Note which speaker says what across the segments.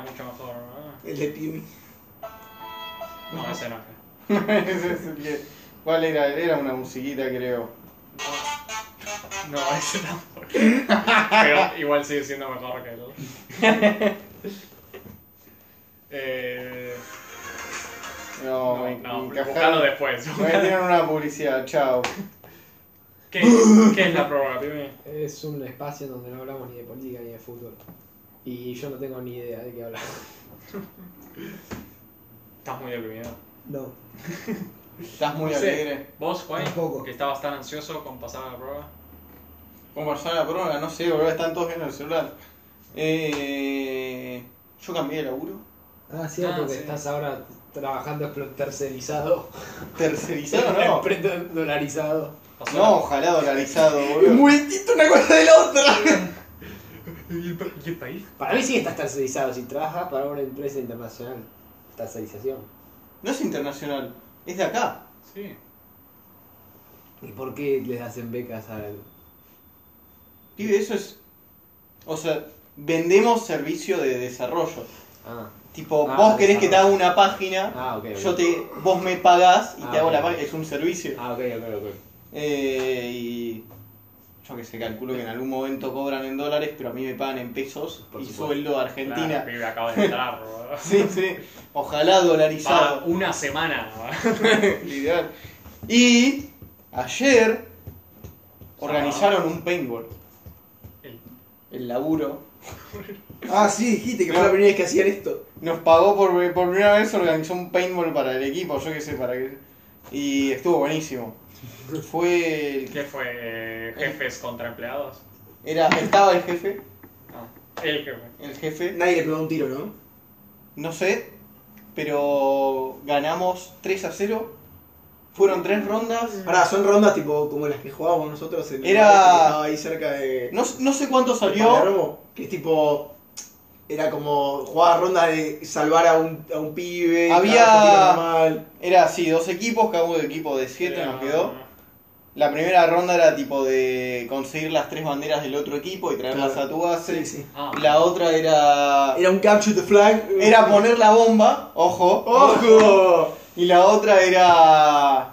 Speaker 1: Ah.
Speaker 2: Ese es el que- ¿Cuál era? Era una musiquita, creo.
Speaker 1: No, ese tampoco. Pero igual sigue siendo mejor que él. Eh,
Speaker 2: No,
Speaker 1: no,
Speaker 2: me
Speaker 1: no,
Speaker 2: encajaron.
Speaker 1: buscalo después.
Speaker 2: Me metieron una publicidad, chao.
Speaker 1: ¿Qué, qué es la prórroga, Pimi?
Speaker 3: Es un espacio en donde no hablamos ni de política ni de fútbol. Y yo no tengo ni idea de qué hablar.
Speaker 1: Estás muy deprimido.
Speaker 3: No.
Speaker 2: Estás muy
Speaker 1: No sé.
Speaker 2: alegre.
Speaker 1: ¿Vos, Juan?
Speaker 3: Tampoco.
Speaker 1: Que estabas tan ansioso con pasar la prueba.
Speaker 2: ¿Cómo pasar la prueba? No sé, boludo, están todos viendo el celular. Eh, yo cambié de laburo.
Speaker 3: Ah, cierto,
Speaker 1: Ah,
Speaker 3: que
Speaker 1: sí.
Speaker 3: estás ahora trabajando explo- tercerizado.
Speaker 2: Tercerizado, no.
Speaker 3: Emprendo- dolarizado.
Speaker 1: Pasó
Speaker 2: No, ojalá dolarizado, boludo.
Speaker 3: muy distinto una cosa de la otra.
Speaker 1: la- ¿Y, el, pa- y el país?
Speaker 3: Para mí sí que estás tercerizado. Si trabajas para una empresa internacional, tercerización.
Speaker 2: No es internacional, es de acá.
Speaker 1: Sí.
Speaker 3: ¿Y por qué les hacen becas a
Speaker 2: Pibe, eso es. O sea, vendemos servicio de desarrollo.
Speaker 3: Ah,
Speaker 2: Tipo,
Speaker 3: Ah,
Speaker 2: vos querés que te haga
Speaker 3: desarrollo.
Speaker 2: una página,
Speaker 3: ah ok. ok.
Speaker 2: yo te, vos me pagás y
Speaker 3: Ah,
Speaker 2: te hago
Speaker 3: ok.
Speaker 2: la página. Es un servicio.
Speaker 3: Ah, ok, ok, ok.
Speaker 2: Eh, y yo que sé, calculo que en algún momento cobran en dólares, pero a mí me pagan en pesos
Speaker 3: Por
Speaker 2: y
Speaker 3: supuesto.
Speaker 2: sueldo a Argentina.
Speaker 1: Claro, pibe acaba de entrar. bro.
Speaker 2: Sí, sí. Ojalá
Speaker 1: Va
Speaker 2: dolarizado.
Speaker 1: una semana.
Speaker 2: Ideal. Y ayer organizaron un paintball.
Speaker 1: El-
Speaker 2: El laburo.
Speaker 3: Ah, sí, dijiste
Speaker 2: que fue la
Speaker 3: primera vez que hacían esto.
Speaker 2: Nos pagó por, por primera vez, organizó un paintball para el equipo, yo qué sé, para que... Y estuvo buenísimo. Fue el que...
Speaker 1: ¿Qué fue? eh, ¿Jefes contra empleados?
Speaker 2: Era, estaba el jefe,
Speaker 1: Ah, el jefe.
Speaker 2: el jefe,
Speaker 3: Nadie le pegó un tiro, ¿no?
Speaker 2: no sé, pero ganamos 3 a 0. Fueron tres rondas.
Speaker 4: Pará, son rondas tipo como las que jugábamos nosotros en
Speaker 2: Era-
Speaker 4: el barrio que estaba ahí cerca de
Speaker 2: No, no sé cuánto salió.
Speaker 4: Palermo, que es tipo era como jugaba rondas de salvar a un, a un pibe,
Speaker 2: Había-
Speaker 4: cagarse a tiro normal.
Speaker 2: Era así, dos equipos, cada uno de equipo de 7 nos
Speaker 1: Eh,
Speaker 2: quedó. La primera ronda era tipo de conseguir las tres banderas del otro equipo y traerlas
Speaker 4: Claro.
Speaker 2: a tu base.
Speaker 4: Sí, sí.
Speaker 1: Ah,
Speaker 2: La otra era...
Speaker 4: Era un capture the flag.
Speaker 2: Era poner la bomba, ojo.
Speaker 4: ¡Ojo!
Speaker 2: Y la otra era.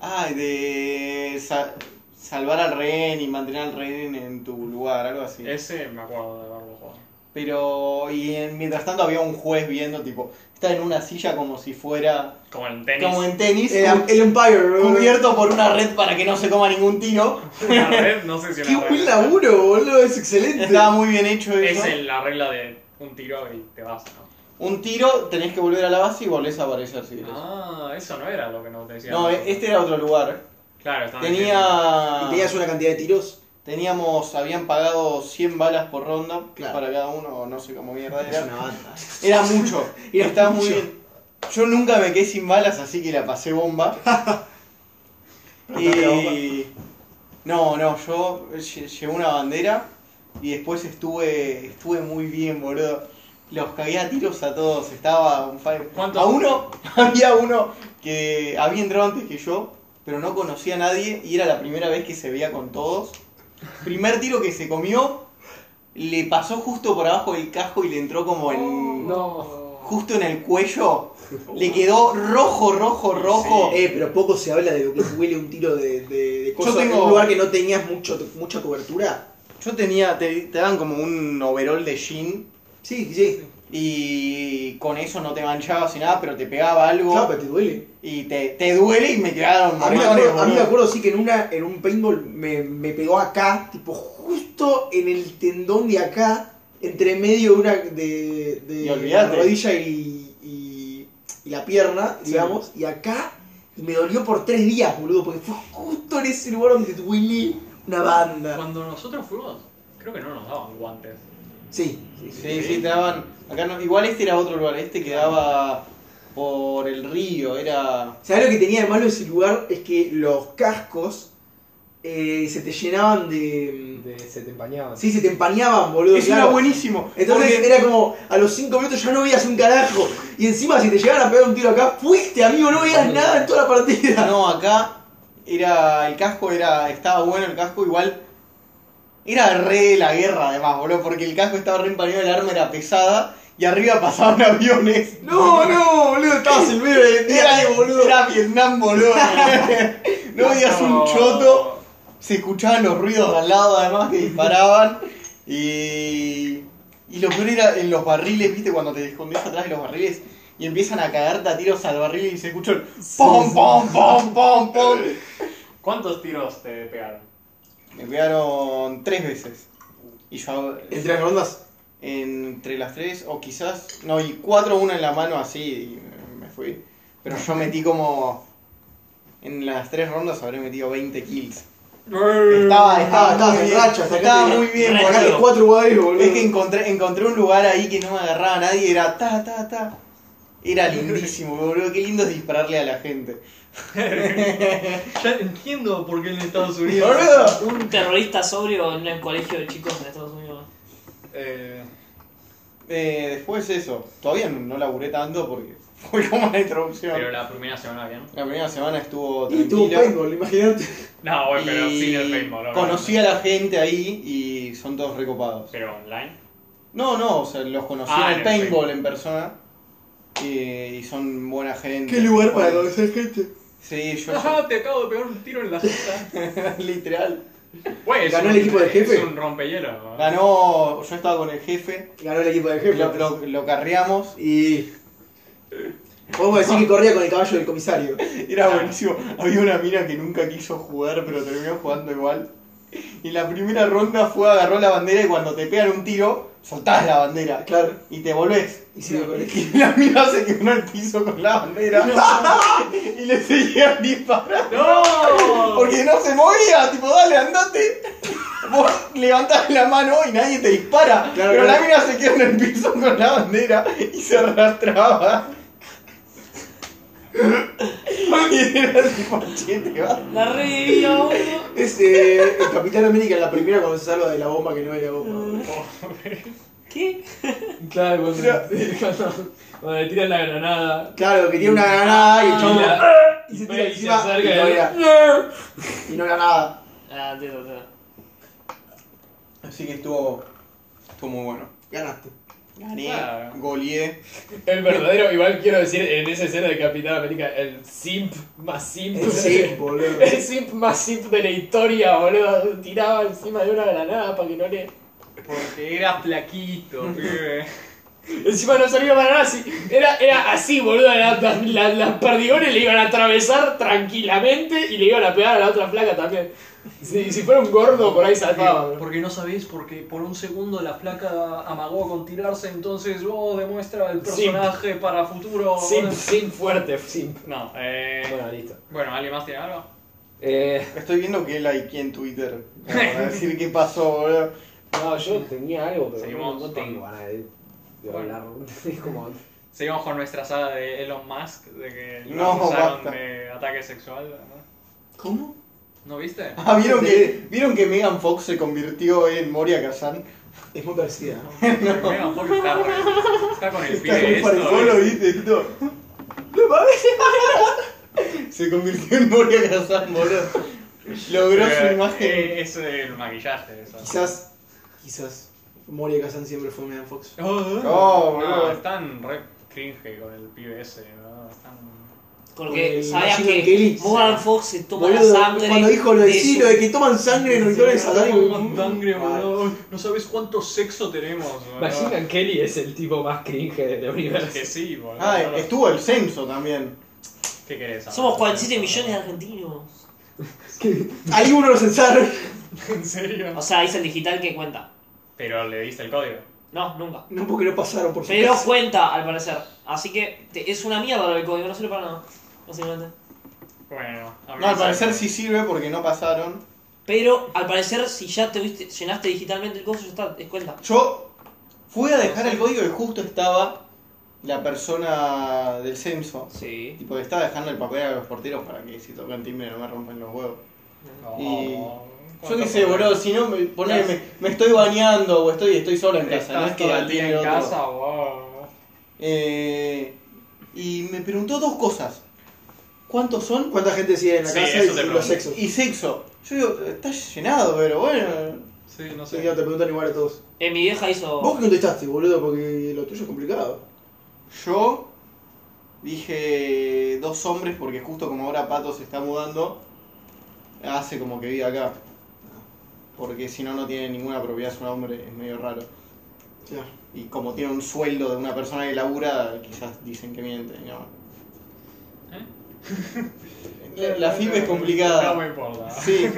Speaker 2: Ay, de. sa- salvar al rehén y mantener al rehén en tu lugar, algo así.
Speaker 1: ese me acuerdo de haberlo jugado.
Speaker 2: Pero. Y en- mientras tanto había un juez viendo, tipo. Está en una silla como si fuera.
Speaker 1: Como en tenis.
Speaker 2: Como en tenis.
Speaker 4: Era
Speaker 2: cu-
Speaker 4: el Empire, bro.
Speaker 2: Cubierto por una red para que no se coma ningún tiro.
Speaker 1: Una red, no sé si
Speaker 4: Qué
Speaker 1: una
Speaker 4: buen
Speaker 1: regla.
Speaker 4: laburo, boludo, es excelente.
Speaker 2: Estaba muy bien hecho
Speaker 1: Es
Speaker 2: eso.
Speaker 1: el- la regla de un tiro y te vas, ¿no?
Speaker 2: Un tiro, tenés que volver a la base y volvés a aparecer si querés.
Speaker 1: Ah, eso no era lo que nos decían.
Speaker 2: No, e- este era otro lugar.
Speaker 1: Claro, estaban diciendo-
Speaker 2: Tenía.
Speaker 4: Y tenías una cantidad de tiros.
Speaker 2: Teníamos, habían pagado 100 balas por ronda
Speaker 4: Claro.
Speaker 2: para cada uno, o no sé cómo mierda
Speaker 4: Es
Speaker 2: era.
Speaker 4: una banda.
Speaker 2: Era mucho,
Speaker 4: Era
Speaker 2: estaba
Speaker 4: mucho.
Speaker 2: muy bien. Yo nunca me quedé sin balas, así que la pasé bomba.
Speaker 4: ¿Plantaste la bomba?
Speaker 2: y. No, no, yo lle- llevé una bandera y después estuve estuve muy bien, boludo. Los cagué a tiros a todos, estaba un fire.
Speaker 1: ¿Cuántos?
Speaker 2: A uno, había uno que había entrado antes que yo, pero no conocía a nadie y era la primera vez que se veía con todos. Primer tiro que se comió, le pasó justo por abajo del casco y le entró como en.
Speaker 3: No.
Speaker 2: justo en el cuello. Le quedó rojo, rojo, rojo.
Speaker 1: Sí.
Speaker 4: Eh, pero poco se habla de lo que huele un tiro de, de, de cosas en
Speaker 2: tengo-
Speaker 4: un lugar que no tenías mucho, mucha cobertura.
Speaker 2: Yo tenía, te, te dan como un overall de jean
Speaker 4: Sí, sí.
Speaker 2: y con eso no te manchabas y nada, pero te pegaba algo
Speaker 4: Claro, pero te duele.
Speaker 2: y te, te duele y me quedaron
Speaker 4: A mí, me
Speaker 2: moretones,
Speaker 4: acuerdo, a mí me
Speaker 2: boludo.
Speaker 4: acuerdo, sí que en una en un paintball me, me pegó acá, tipo justo en el tendón de acá, entre medio de una de, de
Speaker 2: Y olvidate.
Speaker 4: la rodilla y, y, y la pierna,
Speaker 2: Sí.
Speaker 4: digamos, y acá y me dolió por tres días, boludo, porque fue justo en ese lugar donde duele una banda.
Speaker 1: Cuando nosotros fuimos, creo que no nos daban guantes.
Speaker 4: Sí, sí, sí.
Speaker 2: Sí, sí, te daban. Acá no, igual este era otro lugar, este quedaba por el río, era.
Speaker 4: ¿Sabes lo que tenía de malo ese lugar? Es que los cascos eh, se te llenaban de... mm,
Speaker 3: De- se te empañaban.
Speaker 4: Sí, se te empañaban, boludo.
Speaker 2: Eso
Speaker 4: claro.
Speaker 2: era buenísimo.
Speaker 4: Entonces
Speaker 2: porque-
Speaker 4: era como, a los 5 minutos ya no veías un carajo. Y encima si te llegaran a pegar un tiro acá, fuiste, amigo, no veías nada en toda la partida.
Speaker 2: No, acá era el casco era estaba bueno el casco igual era re de la guerra además, boludo, porque el casco estaba re empañado, el arma era pesada y arriba pasaban aviones.
Speaker 4: No, no, boludo, estaba Silvero y el día ahí, boludo.
Speaker 2: Era Vietnam, boludo. no veías un choto. se escuchaban los ruidos de al lado además que disparaban y, y lo peor era en los barriles, viste, cuando te escondes atrás de los barriles y empiezan a cagarte a tiros al barril y se escucha el pom pom pom pom pom.
Speaker 1: ¿Cuántos tiros te pegaron?
Speaker 2: Me pegaron tres veces. Y yo
Speaker 4: ¿Entre las rondas?
Speaker 2: entre las tres, o quizás, no, y cuatro, una en la mano así y me fui. Pero yo metí como, en las tres rondas habré metido 20 kills. Estaba,
Speaker 4: Ah,
Speaker 2: estaba,
Speaker 4: estabas
Speaker 2: muy
Speaker 4: en
Speaker 2: bien.
Speaker 4: racha, sacaste-
Speaker 2: Estaba muy bien,
Speaker 4: Sacaste
Speaker 2: boludo.
Speaker 4: cuatro guays, boludo.
Speaker 2: Es que encontré, encontré un lugar ahí que no me agarraba nadie, era ta, ta, ta. Era lindísimo, boludo, qué lindo es dispararle a la gente.
Speaker 1: Ya entiendo por qué en Estados
Speaker 2: ¡Boludo!
Speaker 5: Un terrorista sobrio en el colegio de chicos en Estados Unidos.
Speaker 1: Eh,
Speaker 2: Eh, después eso, todavía no, no laburé tanto porque fue como una interrupción.
Speaker 1: pero la primera semana bien.
Speaker 2: La primera semana estuvo
Speaker 4: Y tuvo
Speaker 2: tranquila.
Speaker 4: paintball, imagínate.
Speaker 1: No, bueno, pero
Speaker 2: y
Speaker 1: sin el paintball. obviamente.
Speaker 2: conocí a la gente ahí y son todos recopados.
Speaker 1: Pero online.
Speaker 2: No, no, o sea, los conocí
Speaker 1: Ah,
Speaker 2: en el paintball en persona y, y son buena gente.
Speaker 4: Qué lugar para
Speaker 2: Bueno,
Speaker 4: conocer gente.
Speaker 2: Sí, yo,
Speaker 1: Ajá, te acabo de pegar un tiro en la jeta.
Speaker 2: literal.
Speaker 1: Güey, es
Speaker 4: ¿Ganó
Speaker 1: un-
Speaker 4: el equipo del jefe?
Speaker 1: Es un rompehielos.
Speaker 2: Ah.
Speaker 1: ¿no?
Speaker 2: Ganó, yo estaba con el jefe.
Speaker 4: Ganó el equipo del jefe.
Speaker 2: Lo, lo, lo carreamos,
Speaker 4: Y. Podemos decir que corría con el caballo del comisario.
Speaker 2: era buenísimo. Había una mina que nunca quiso jugar, pero terminó jugando igual. Y la primera ronda fue agarró la bandera y cuando te pegan un tiro, soltás la bandera
Speaker 4: Claro.
Speaker 2: y te volvés.
Speaker 4: Y sigue con el.
Speaker 2: Y la mina se quedó en el piso con la bandera y le seguían disparando.
Speaker 1: ¡No!
Speaker 2: Porque no se movía, tipo, dale, andate. Vos levantás la mano y nadie te dispara.
Speaker 4: Claro,
Speaker 2: pero la
Speaker 4: claro.
Speaker 2: mina se quedó en el piso con la bandera y se arrastraba. y era tipo, che, te vas.
Speaker 5: La revivía, boludo.
Speaker 4: Es eh, el Capitán América en la primera cuando se salva de la bomba que no era bomba.
Speaker 2: Mm.
Speaker 4: boludo.
Speaker 5: ¿Qué?
Speaker 3: Claro, cuando,
Speaker 2: Pero-
Speaker 3: cuando, cuando le tiran la granada.
Speaker 4: Claro, que tiene una granada y el
Speaker 3: Ah,
Speaker 5: Y
Speaker 4: chavo.
Speaker 5: la-
Speaker 4: Y se
Speaker 3: y
Speaker 4: tira
Speaker 3: se
Speaker 4: encima
Speaker 3: acerca
Speaker 4: y no
Speaker 3: y-
Speaker 4: era, y no era nada.
Speaker 5: Ah, entiendo, entiendo.
Speaker 2: Así que estuvo, estuvo muy bueno.
Speaker 4: Ganaste.
Speaker 2: Gané,
Speaker 1: Claro.
Speaker 2: goleé.
Speaker 3: El verdadero, igual quiero decir, en esa escena de Capitán América, el simp más simp.
Speaker 4: El sí, boludo.
Speaker 3: El simp más simp de la historia, boludo. Tiraba encima de una granada para que no le.
Speaker 1: Porque era flaquito, pibe.
Speaker 3: Encima no servía para nada así. Era, era así, boludo. La- la- la- las perdigones le iban a atravesar tranquilamente y le iban a pegar a la otra flaca también. Si, si fuera un gordo, Ah, por ahí saltaba, boludo.
Speaker 1: Porque no sabéis, porque por un segundo la flaca amagó con tirarse, entonces oh, demuestra el
Speaker 3: Simp.
Speaker 1: personaje para futuro.
Speaker 3: Simp, simp fuerte, simp.
Speaker 1: No, eh.
Speaker 3: Bueno, listo.
Speaker 1: Bueno, ¿alguien más tiene algo?
Speaker 3: Eh,
Speaker 2: Estoy viendo que él aquí en Twitter. Para decir qué pasó, boludo.
Speaker 3: no, yo tenía algo, pero no,
Speaker 1: Seguimos
Speaker 3: no tengo ganas de, de
Speaker 1: Bueno.
Speaker 3: hablar. Es como.
Speaker 1: Seguimos con nuestra saga de Elon Musk, de que lo
Speaker 2: No,
Speaker 1: acusaron
Speaker 2: basta.
Speaker 1: de ataque sexual, ¿no?
Speaker 4: ¿Cómo?
Speaker 1: ¿No viste?
Speaker 2: Ah, ¿vieron que, ¿vieron que Megan Fox se convirtió en Moria Kazan?
Speaker 4: Es muy parecida.
Speaker 1: Megan Fox está, re- está con el
Speaker 2: Está
Speaker 1: pibe
Speaker 2: muy
Speaker 1: esto.
Speaker 2: parecido,
Speaker 1: ¿eh?
Speaker 2: ¿lo viste, Tito? Se convirtió en Moria Kazan, boludo. Logró su
Speaker 1: Pero,
Speaker 2: imagen.
Speaker 1: eh, es el maquillaje, eso.
Speaker 4: Quizás. Quizás. Moria Kazan siempre fue Megan Fox.
Speaker 1: Oh,
Speaker 2: No,
Speaker 1: no,
Speaker 2: Oh, boludo.
Speaker 1: están re cringe con el pibe ese, ¿no? Están...
Speaker 4: Con
Speaker 5: Porque
Speaker 4: el
Speaker 5: sabías
Speaker 4: Machine
Speaker 5: Eh, que
Speaker 4: Gun Kelly.
Speaker 5: Morgan Fox se toma
Speaker 4: Boludo,
Speaker 5: la sangre.
Speaker 4: cuando dijo lo de,
Speaker 5: de
Speaker 4: sí,
Speaker 5: su-
Speaker 4: lo de que toman sangre en rituales satánicos.
Speaker 1: sangre,
Speaker 4: boludo.
Speaker 1: boludo. No sabes cuánto sexo tenemos, boludo.
Speaker 3: Imagina Kelly es el tipo más cringe del universo.
Speaker 1: Que sí, boludo.
Speaker 2: Ah,
Speaker 1: No lo-
Speaker 2: estuvo el censo también.
Speaker 1: ¿Qué querés?
Speaker 5: Somos
Speaker 1: Alberto?
Speaker 5: 47 millones de argentinos.
Speaker 4: Ahí uno lo censaron.
Speaker 1: ¿En serio?
Speaker 5: O sea, es el digital que cuenta.
Speaker 1: Pero le diste el código.
Speaker 5: No, nunca.
Speaker 4: No porque no pasaron por su
Speaker 5: Pero
Speaker 4: casa.
Speaker 5: cuenta, al parecer. Así que te- es una mierda lo del código, no sirve para nada. Básicamente.
Speaker 1: Bueno, a mí
Speaker 2: No, al
Speaker 1: me
Speaker 2: parecer
Speaker 1: sale.
Speaker 2: sí sirve porque no pasaron.
Speaker 5: Pero al parecer, si ya te viste- llenaste digitalmente el coso, ya está, es cuenta.
Speaker 2: Yo fui a dejar el código y justo estaba la persona del censo.
Speaker 5: Sí.
Speaker 2: Tipo, estaba dejando el papel a los porteros para que si tocan timbre no me rompan los huevos.
Speaker 1: No,
Speaker 2: Y- Yo
Speaker 1: ¿cuánto
Speaker 2: qué sé,
Speaker 1: por-
Speaker 2: boludo, si no, me, ponele, me, me estoy bañando o estoy, estoy solo en casa. No
Speaker 1: Estás
Speaker 2: es que
Speaker 1: todo el día
Speaker 2: atiende
Speaker 1: en
Speaker 2: otro.
Speaker 1: casa, wow.
Speaker 2: Eh, y me preguntó dos cosas. ¿Cuántos son?
Speaker 4: ¿Cuánta gente sigue en la
Speaker 1: Sí,
Speaker 4: casa
Speaker 1: eso te
Speaker 4: y los
Speaker 1: pregunto.
Speaker 4: sexos?
Speaker 2: Y sexo. Yo digo, está llenado, pero bueno.
Speaker 1: Sí, no
Speaker 4: Sí,
Speaker 1: sé.
Speaker 4: ya te preguntan igual a todos.
Speaker 5: En Eh, mi vieja hizo.
Speaker 4: Vos que contestaste, boludo, porque lo tuyo es complicado.
Speaker 2: Yo dije dos hombres porque justo como ahora Pato se está mudando, hace como que vive acá. Porque si no, no tiene ninguna propiedad, es un hombre, es medio raro.
Speaker 4: Claro.
Speaker 2: Y como tiene un sueldo de una persona que labura, quizás dicen que miente, ¿no?
Speaker 1: ¿Eh?
Speaker 2: La, la FIP es complicada.
Speaker 1: No me importa.
Speaker 2: Sí,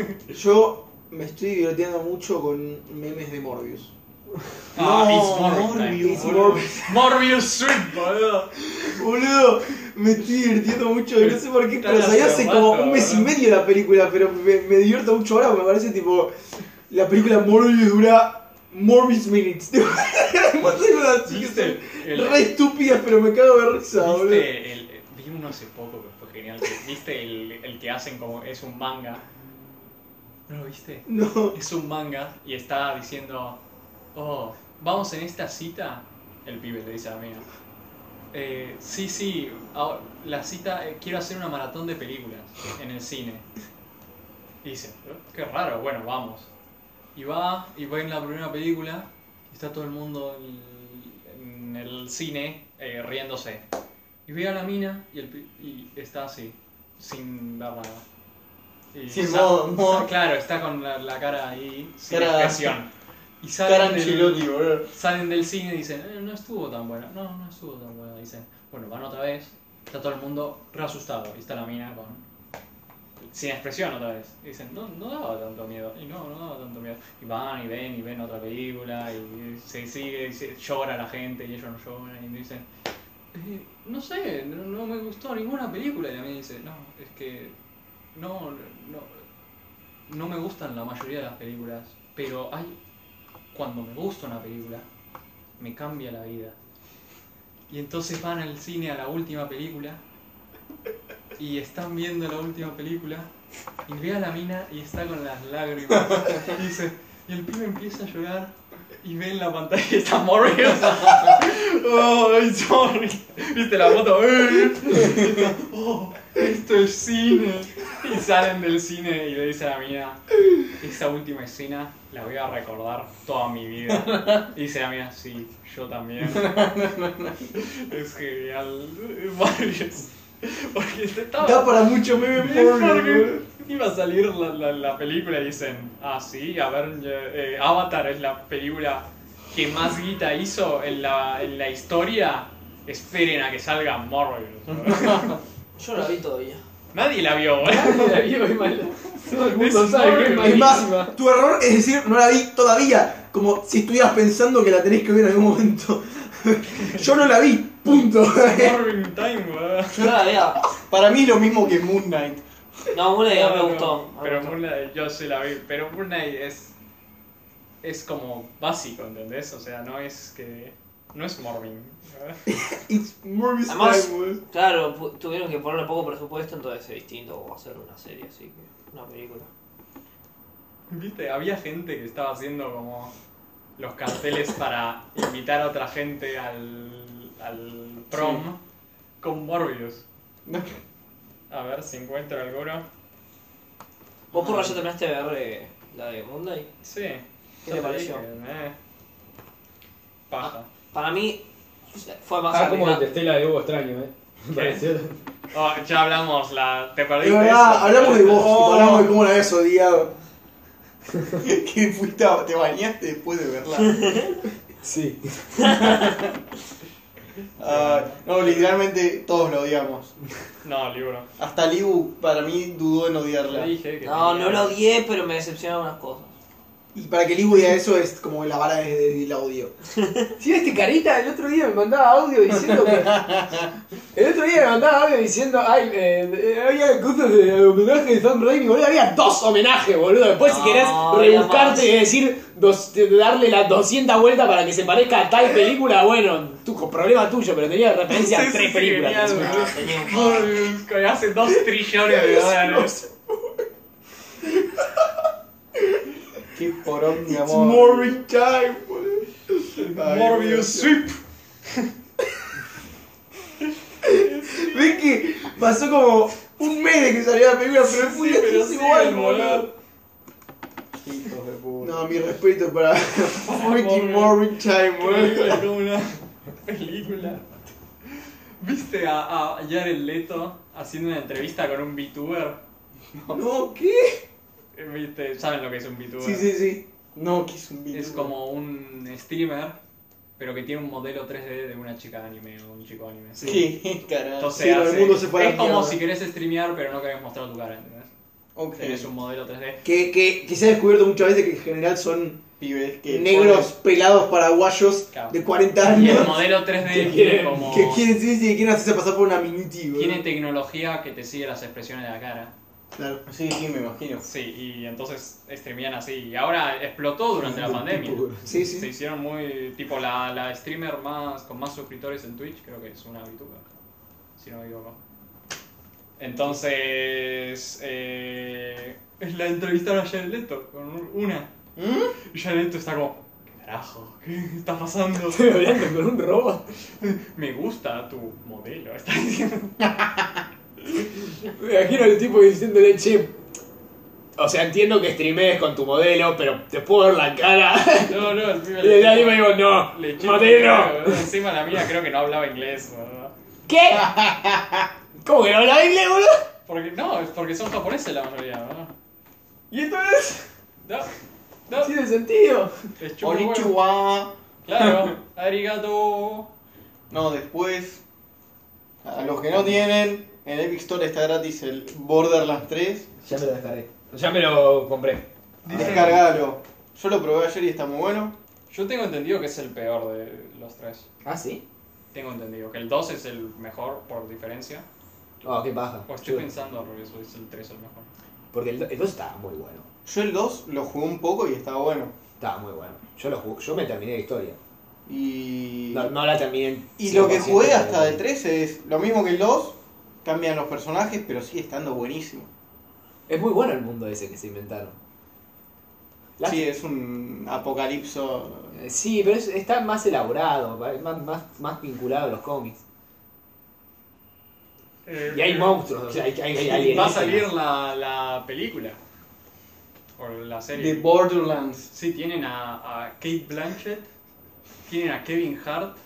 Speaker 4: Yo me estoy divirtiendo mucho con memes de Morbius.
Speaker 1: Ah,
Speaker 2: No,
Speaker 1: it's Morbius.
Speaker 2: Morbius,
Speaker 1: time, boludo. Morbius Street, boludo.
Speaker 4: Boludo, me estoy divirtiendo mucho y no sé por qué, pero
Speaker 1: Estás
Speaker 4: salí hace como
Speaker 1: atrapado,
Speaker 4: un mes y
Speaker 1: ¿no?
Speaker 4: medio la película, pero me, me divierto mucho ahora porque me parece tipo. La película Morbius dura Morbius Minutes. Tipo, más de una así que
Speaker 1: ¿Viste?
Speaker 4: son
Speaker 1: El,
Speaker 4: re estúpidas, pero me cago de risa, boludo.
Speaker 1: ¿Viste el- vi uno hace poco que fue genial. que- ¿Viste el, el que hacen como es un manga? ¿No lo viste?
Speaker 4: No.
Speaker 1: Es un manga y está diciendo, oh, vamos en esta cita. El pibe le dice a mí, eh, sí, sí, ahora- la cita, eh, quiero hacer una maratón de películas en el cine. Y dice, "Eh, qué raro, bueno, vamos. Y va, y va en la primera película, y está todo el mundo en, en el cine eh, riéndose. Y ve a la mina y, el, pi- y está así, sin ver nada. Y
Speaker 2: Sin
Speaker 1: sa-
Speaker 2: modo-
Speaker 1: sa-
Speaker 2: modo-
Speaker 1: Claro, está con la, la cara ahí, sin
Speaker 2: Cara-
Speaker 1: expresión. Y
Speaker 2: cara
Speaker 1: salen del,
Speaker 2: Ancelotti, boludo.
Speaker 1: salen del cine y dicen, "Eh, no estuvo tan buena, no, no estuvo tan buena. Dicen, bueno, van otra vez, está todo el mundo re asustado. Y está la mina con... Sin expresión otra vez. Y dicen, no, no daba tanto miedo. Y no, no daba tanto miedo. Y van y ven y ven otra película y se sigue y se- llora la gente y ellos no lloran y dicen, eh, no sé, no, no me gustó ninguna película. Y a mí dice, no, es que no, no, no me gustan la mayoría de las películas, pero hay, cuando me gusta una película, me cambia la vida. Y entonces van al cine a la última película y están viendo la última película y ve a la mina y está con las lágrimas. Y dice, y el pibe empieza a llorar y ve en la pantalla y está Morbius. oh, it's Morbius. Viste la foto. "Eh". oh, esto es cine. Y salen del cine y le dice a la mina, esa última escena la voy a recordar toda mi vida. Y dice la mina, sí, yo también. es genial. Morbius. Porque te estaba...
Speaker 4: Da para mucho meme
Speaker 1: Es
Speaker 4: Morbius,
Speaker 1: porque
Speaker 4: boludo.
Speaker 1: iba a salir la, la, la película y dicen, ah, sí, a ver, eh, eh, Avatar es la película que más guita hizo en la, en la historia. Esperen a que salga Morbius.
Speaker 5: Yo no la vi todavía.
Speaker 1: Nadie la vio, ¿eh?
Speaker 3: La vi hoy mal. Todo el mundo
Speaker 1: Es
Speaker 3: sabe que es
Speaker 1: Morbius.
Speaker 4: Es
Speaker 3: malísima.
Speaker 4: más, tu error es decir, no la vi todavía. Como si estuvieras pensando que la tenés que ver en algún momento. Yo no la vi, punto.
Speaker 1: Morbius Time, weón.
Speaker 5: Yo la veía.
Speaker 2: Para mí es lo mismo que Moon Knight.
Speaker 5: No, una idea me
Speaker 1: No, no,
Speaker 5: gustó. me
Speaker 1: Pero
Speaker 5: gustó.
Speaker 1: Moon Knight, yo sí la vi, pero Moon Knight es, es como básico, ¿entendés? O sea, no es que... No es Morbius.
Speaker 4: It's Morbius
Speaker 5: Además-
Speaker 4: time, boludo.
Speaker 5: Claro, pu- tuvieron que ponerle poco presupuesto, entonces es distinto como hacer una serie, así que. Una película.
Speaker 1: Viste, había gente que estaba haciendo como los carteles para invitar a otra gente al, al prom con Morbius. A ver si encuentro alguno.
Speaker 5: ¿Vos por ya terminaste de ver eh, la de Monday?
Speaker 1: Sí.
Speaker 5: ¿Qué
Speaker 1: ya
Speaker 5: te
Speaker 1: te
Speaker 5: pareció?
Speaker 1: dije, eh. Paja.
Speaker 5: Para mí fue más
Speaker 6: Ah, como
Speaker 5: arriba.
Speaker 6: contesté la de Hugo extraño, eh. Me pareció.
Speaker 1: Oh, ya hablamos, la, te
Speaker 4: De
Speaker 1: perdiste.
Speaker 4: verdad,
Speaker 1: eso.
Speaker 4: hablamos de vos,
Speaker 2: Oh.
Speaker 4: tipo, hablamos de cómo la habías odiado.
Speaker 2: que fuiste a- te bañaste después de verla.
Speaker 6: Sí.
Speaker 2: Ah, no, literalmente todos lo odiamos.
Speaker 1: No, libro.
Speaker 2: Hasta Libu para mí dudó en
Speaker 1: Le
Speaker 2: odiarla.
Speaker 1: dije que
Speaker 5: No,
Speaker 1: tenía-
Speaker 5: no lo odié, pero me decepcionaron unas cosas.
Speaker 4: Y para que Libu diga eso es como la vara desde de, del audio.
Speaker 3: Sí, este carita el otro día me mandaba audio diciendo que. El otro día me mandaba audio diciendo, ay, eh, eh, había cosas de homenaje de Sam Raimi, boludo, había dos homenajes, boludo. Después, si
Speaker 5: No,
Speaker 3: querés
Speaker 5: había más.
Speaker 3: rebuscarte y decir, dos- darle las 200 vueltas para que se parezca a tal película, bueno, tu, problema tuyo, pero tenía referencia
Speaker 1: Sí,
Speaker 3: a
Speaker 1: sí,
Speaker 3: tres
Speaker 1: sí,
Speaker 3: películas.
Speaker 1: genial,
Speaker 3: encima.
Speaker 1: boludo.
Speaker 5: Tenía un par.
Speaker 1: Morbius, que hace dos trillones de dólares.
Speaker 2: Qué porón, mi
Speaker 4: It's
Speaker 2: amor.
Speaker 4: Morbius time, boludo. Ay, boludo.
Speaker 1: Morbius Sweep.
Speaker 4: ¿Ves que pasó como un mes de que salió la película, pero es muy
Speaker 1: Sí, pero
Speaker 4: gracioso
Speaker 1: sí,
Speaker 4: igual,
Speaker 1: boludo.
Speaker 4: boludo?
Speaker 2: Hijos de puta.
Speaker 1: boludo.
Speaker 4: No, mi respeto para Ricky
Speaker 1: Pobre.
Speaker 4: Morning Time, boludo.
Speaker 1: Boludo, como una película. ¿Viste a, a Jared Leto haciendo una entrevista con un VTuber? Eh,
Speaker 4: No, ¿qué?
Speaker 1: ¿Viste? ¿Saben lo que es un VTuber?
Speaker 4: Sí, sí, sí. No, que es un
Speaker 1: Es
Speaker 4: video.
Speaker 1: como un streamer, pero que tiene un modelo 3D de una chica anime o un chico anime.
Speaker 2: ¿Qué? Carajo.
Speaker 1: Entonces
Speaker 4: Sí, todo el
Speaker 1: hace-
Speaker 4: mundo se fue a la
Speaker 1: es como
Speaker 4: mierda.
Speaker 1: si querés streamear, pero no querés mostrar tu cara, ¿entendés?
Speaker 2: Ok.
Speaker 1: Tenés un modelo 3D.
Speaker 4: Que, que, que se ha descubierto muchas veces que en general son
Speaker 2: Pibes que.
Speaker 4: negros pelados paraguayos
Speaker 1: Claro.
Speaker 4: de 40
Speaker 1: Y el
Speaker 4: años
Speaker 1: modelo 3D
Speaker 3: Que
Speaker 1: tiene
Speaker 3: quieren-
Speaker 1: como.
Speaker 4: que quieren, sí, sí, quieren hacerse pasar por una miniti, boludo.
Speaker 1: Tiene tecnología que te sigue las expresiones de la cara.
Speaker 4: Claro.
Speaker 2: Sí, sí, me imagino.
Speaker 1: Sí, y entonces streamean así. Y ahora explotó durante la pandemia.
Speaker 4: Sí,
Speaker 1: Se
Speaker 4: sí.
Speaker 1: hicieron muy. tipo la, la streamer más con más suscriptores en Twitch, creo que es una VTuber. Si no me equivoco. Entonces. Eh, la entrevistaron a Jared Leto con un- una. Y Jared Leto está como. ¿Qué carajo? ¿Qué está pasando?
Speaker 3: Estoy hablando con un robot.
Speaker 1: Me gusta tu modelo. Está diciendo.
Speaker 3: Me imagino el tipo diciéndole, che. O sea, entiendo que streamees con tu modelo, pero te puedo ver la cara.
Speaker 1: No, no, el pibe
Speaker 3: Y el anime digo, no,
Speaker 1: le chupa un huevo,
Speaker 3: modelo.
Speaker 1: boludo. Encima la mía creo que no hablaba inglés, boludo.
Speaker 3: ¿Qué? ¿Cómo que no habla inglés, boludo?
Speaker 1: Porque, no, es porque son japoneses la mayoría, ¿no?
Speaker 3: Y entonces.
Speaker 1: No, no,
Speaker 3: Tiene sentido.
Speaker 1: les chupa un huevo.
Speaker 2: Onichiwa.
Speaker 1: Claro, arigato.
Speaker 2: No, después. A los que no tienen, en Epic Store está gratis el Borderlands 3.
Speaker 6: Ya me lo dejaré.
Speaker 3: Ya me lo compré.
Speaker 2: Descargalo. Yo lo probé ayer y está muy bueno.
Speaker 1: Yo tengo entendido que es el peor de los tres.
Speaker 6: ¿Ah, sí?
Speaker 1: Tengo entendido que el 2 es el mejor por diferencia.
Speaker 6: Oh, qué paja.
Speaker 1: O estoy pensando al revés, o es el 3 el mejor.
Speaker 6: Porque el 2 estaba muy bueno.
Speaker 2: Yo el 2 lo jugué un poco y estaba bueno.
Speaker 6: Estaba muy bueno. Yo, lo jugué- yo me terminé la historia.
Speaker 2: Y.
Speaker 6: No, no la terminé.
Speaker 2: Y lo que
Speaker 6: 100%,
Speaker 2: jugué
Speaker 6: pero-
Speaker 2: hasta el 3 es lo mismo que el 2. Cambian los personajes, pero sigue estando buenísimo.
Speaker 6: Es muy bueno el mundo ese que se inventaron.
Speaker 2: Sí, es un apocalipso.
Speaker 6: Eh, Sí, pero es- está más elaborado, pa- más, más, más vinculado a los cómics.
Speaker 3: Eh,
Speaker 6: Y hay monstruos, o sea, hay, hay, hay
Speaker 1: Va a
Speaker 6: alienígenas.
Speaker 1: salir la, la película. O la serie.
Speaker 2: De Borderlands.
Speaker 1: Sí, tienen a, a Kate Blanchett, tienen a Kevin Hart,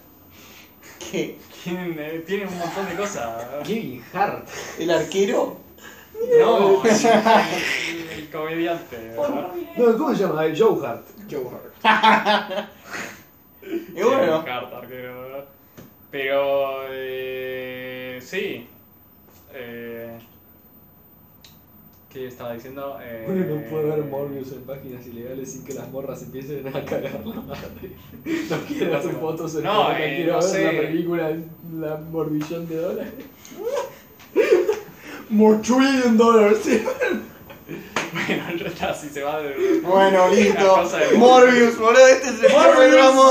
Speaker 2: Que
Speaker 1: tienen, eh, tienen un montón de cosas.
Speaker 6: Kevin Hart.
Speaker 2: el arquero.
Speaker 1: No, el, el- el comediante. ¿verdad?
Speaker 6: No, ¿cómo se llama? El Joe Hart.
Speaker 2: Joe Hart. y
Speaker 1: Kevin
Speaker 2: bueno,
Speaker 1: Hart, arquero, ¿verdad? Pero, eh, sí. Eh, ¿Qué estaba diciendo? Eh,
Speaker 6: No puedo ver Morbius en páginas ilegales sin que las morras empiecen a cagar la madre. No quiero ver fotos en
Speaker 1: No,
Speaker 6: no,
Speaker 1: eh,
Speaker 6: quiero
Speaker 1: no
Speaker 6: ver
Speaker 1: sé.
Speaker 6: la película en la morbillón de dólares.
Speaker 4: More trillion dollars.
Speaker 1: Bueno, ya está, si se va de...
Speaker 2: bueno,
Speaker 1: La
Speaker 2: listo.
Speaker 1: cosa de-
Speaker 2: Morbius, boludo, este es el programa Morbius.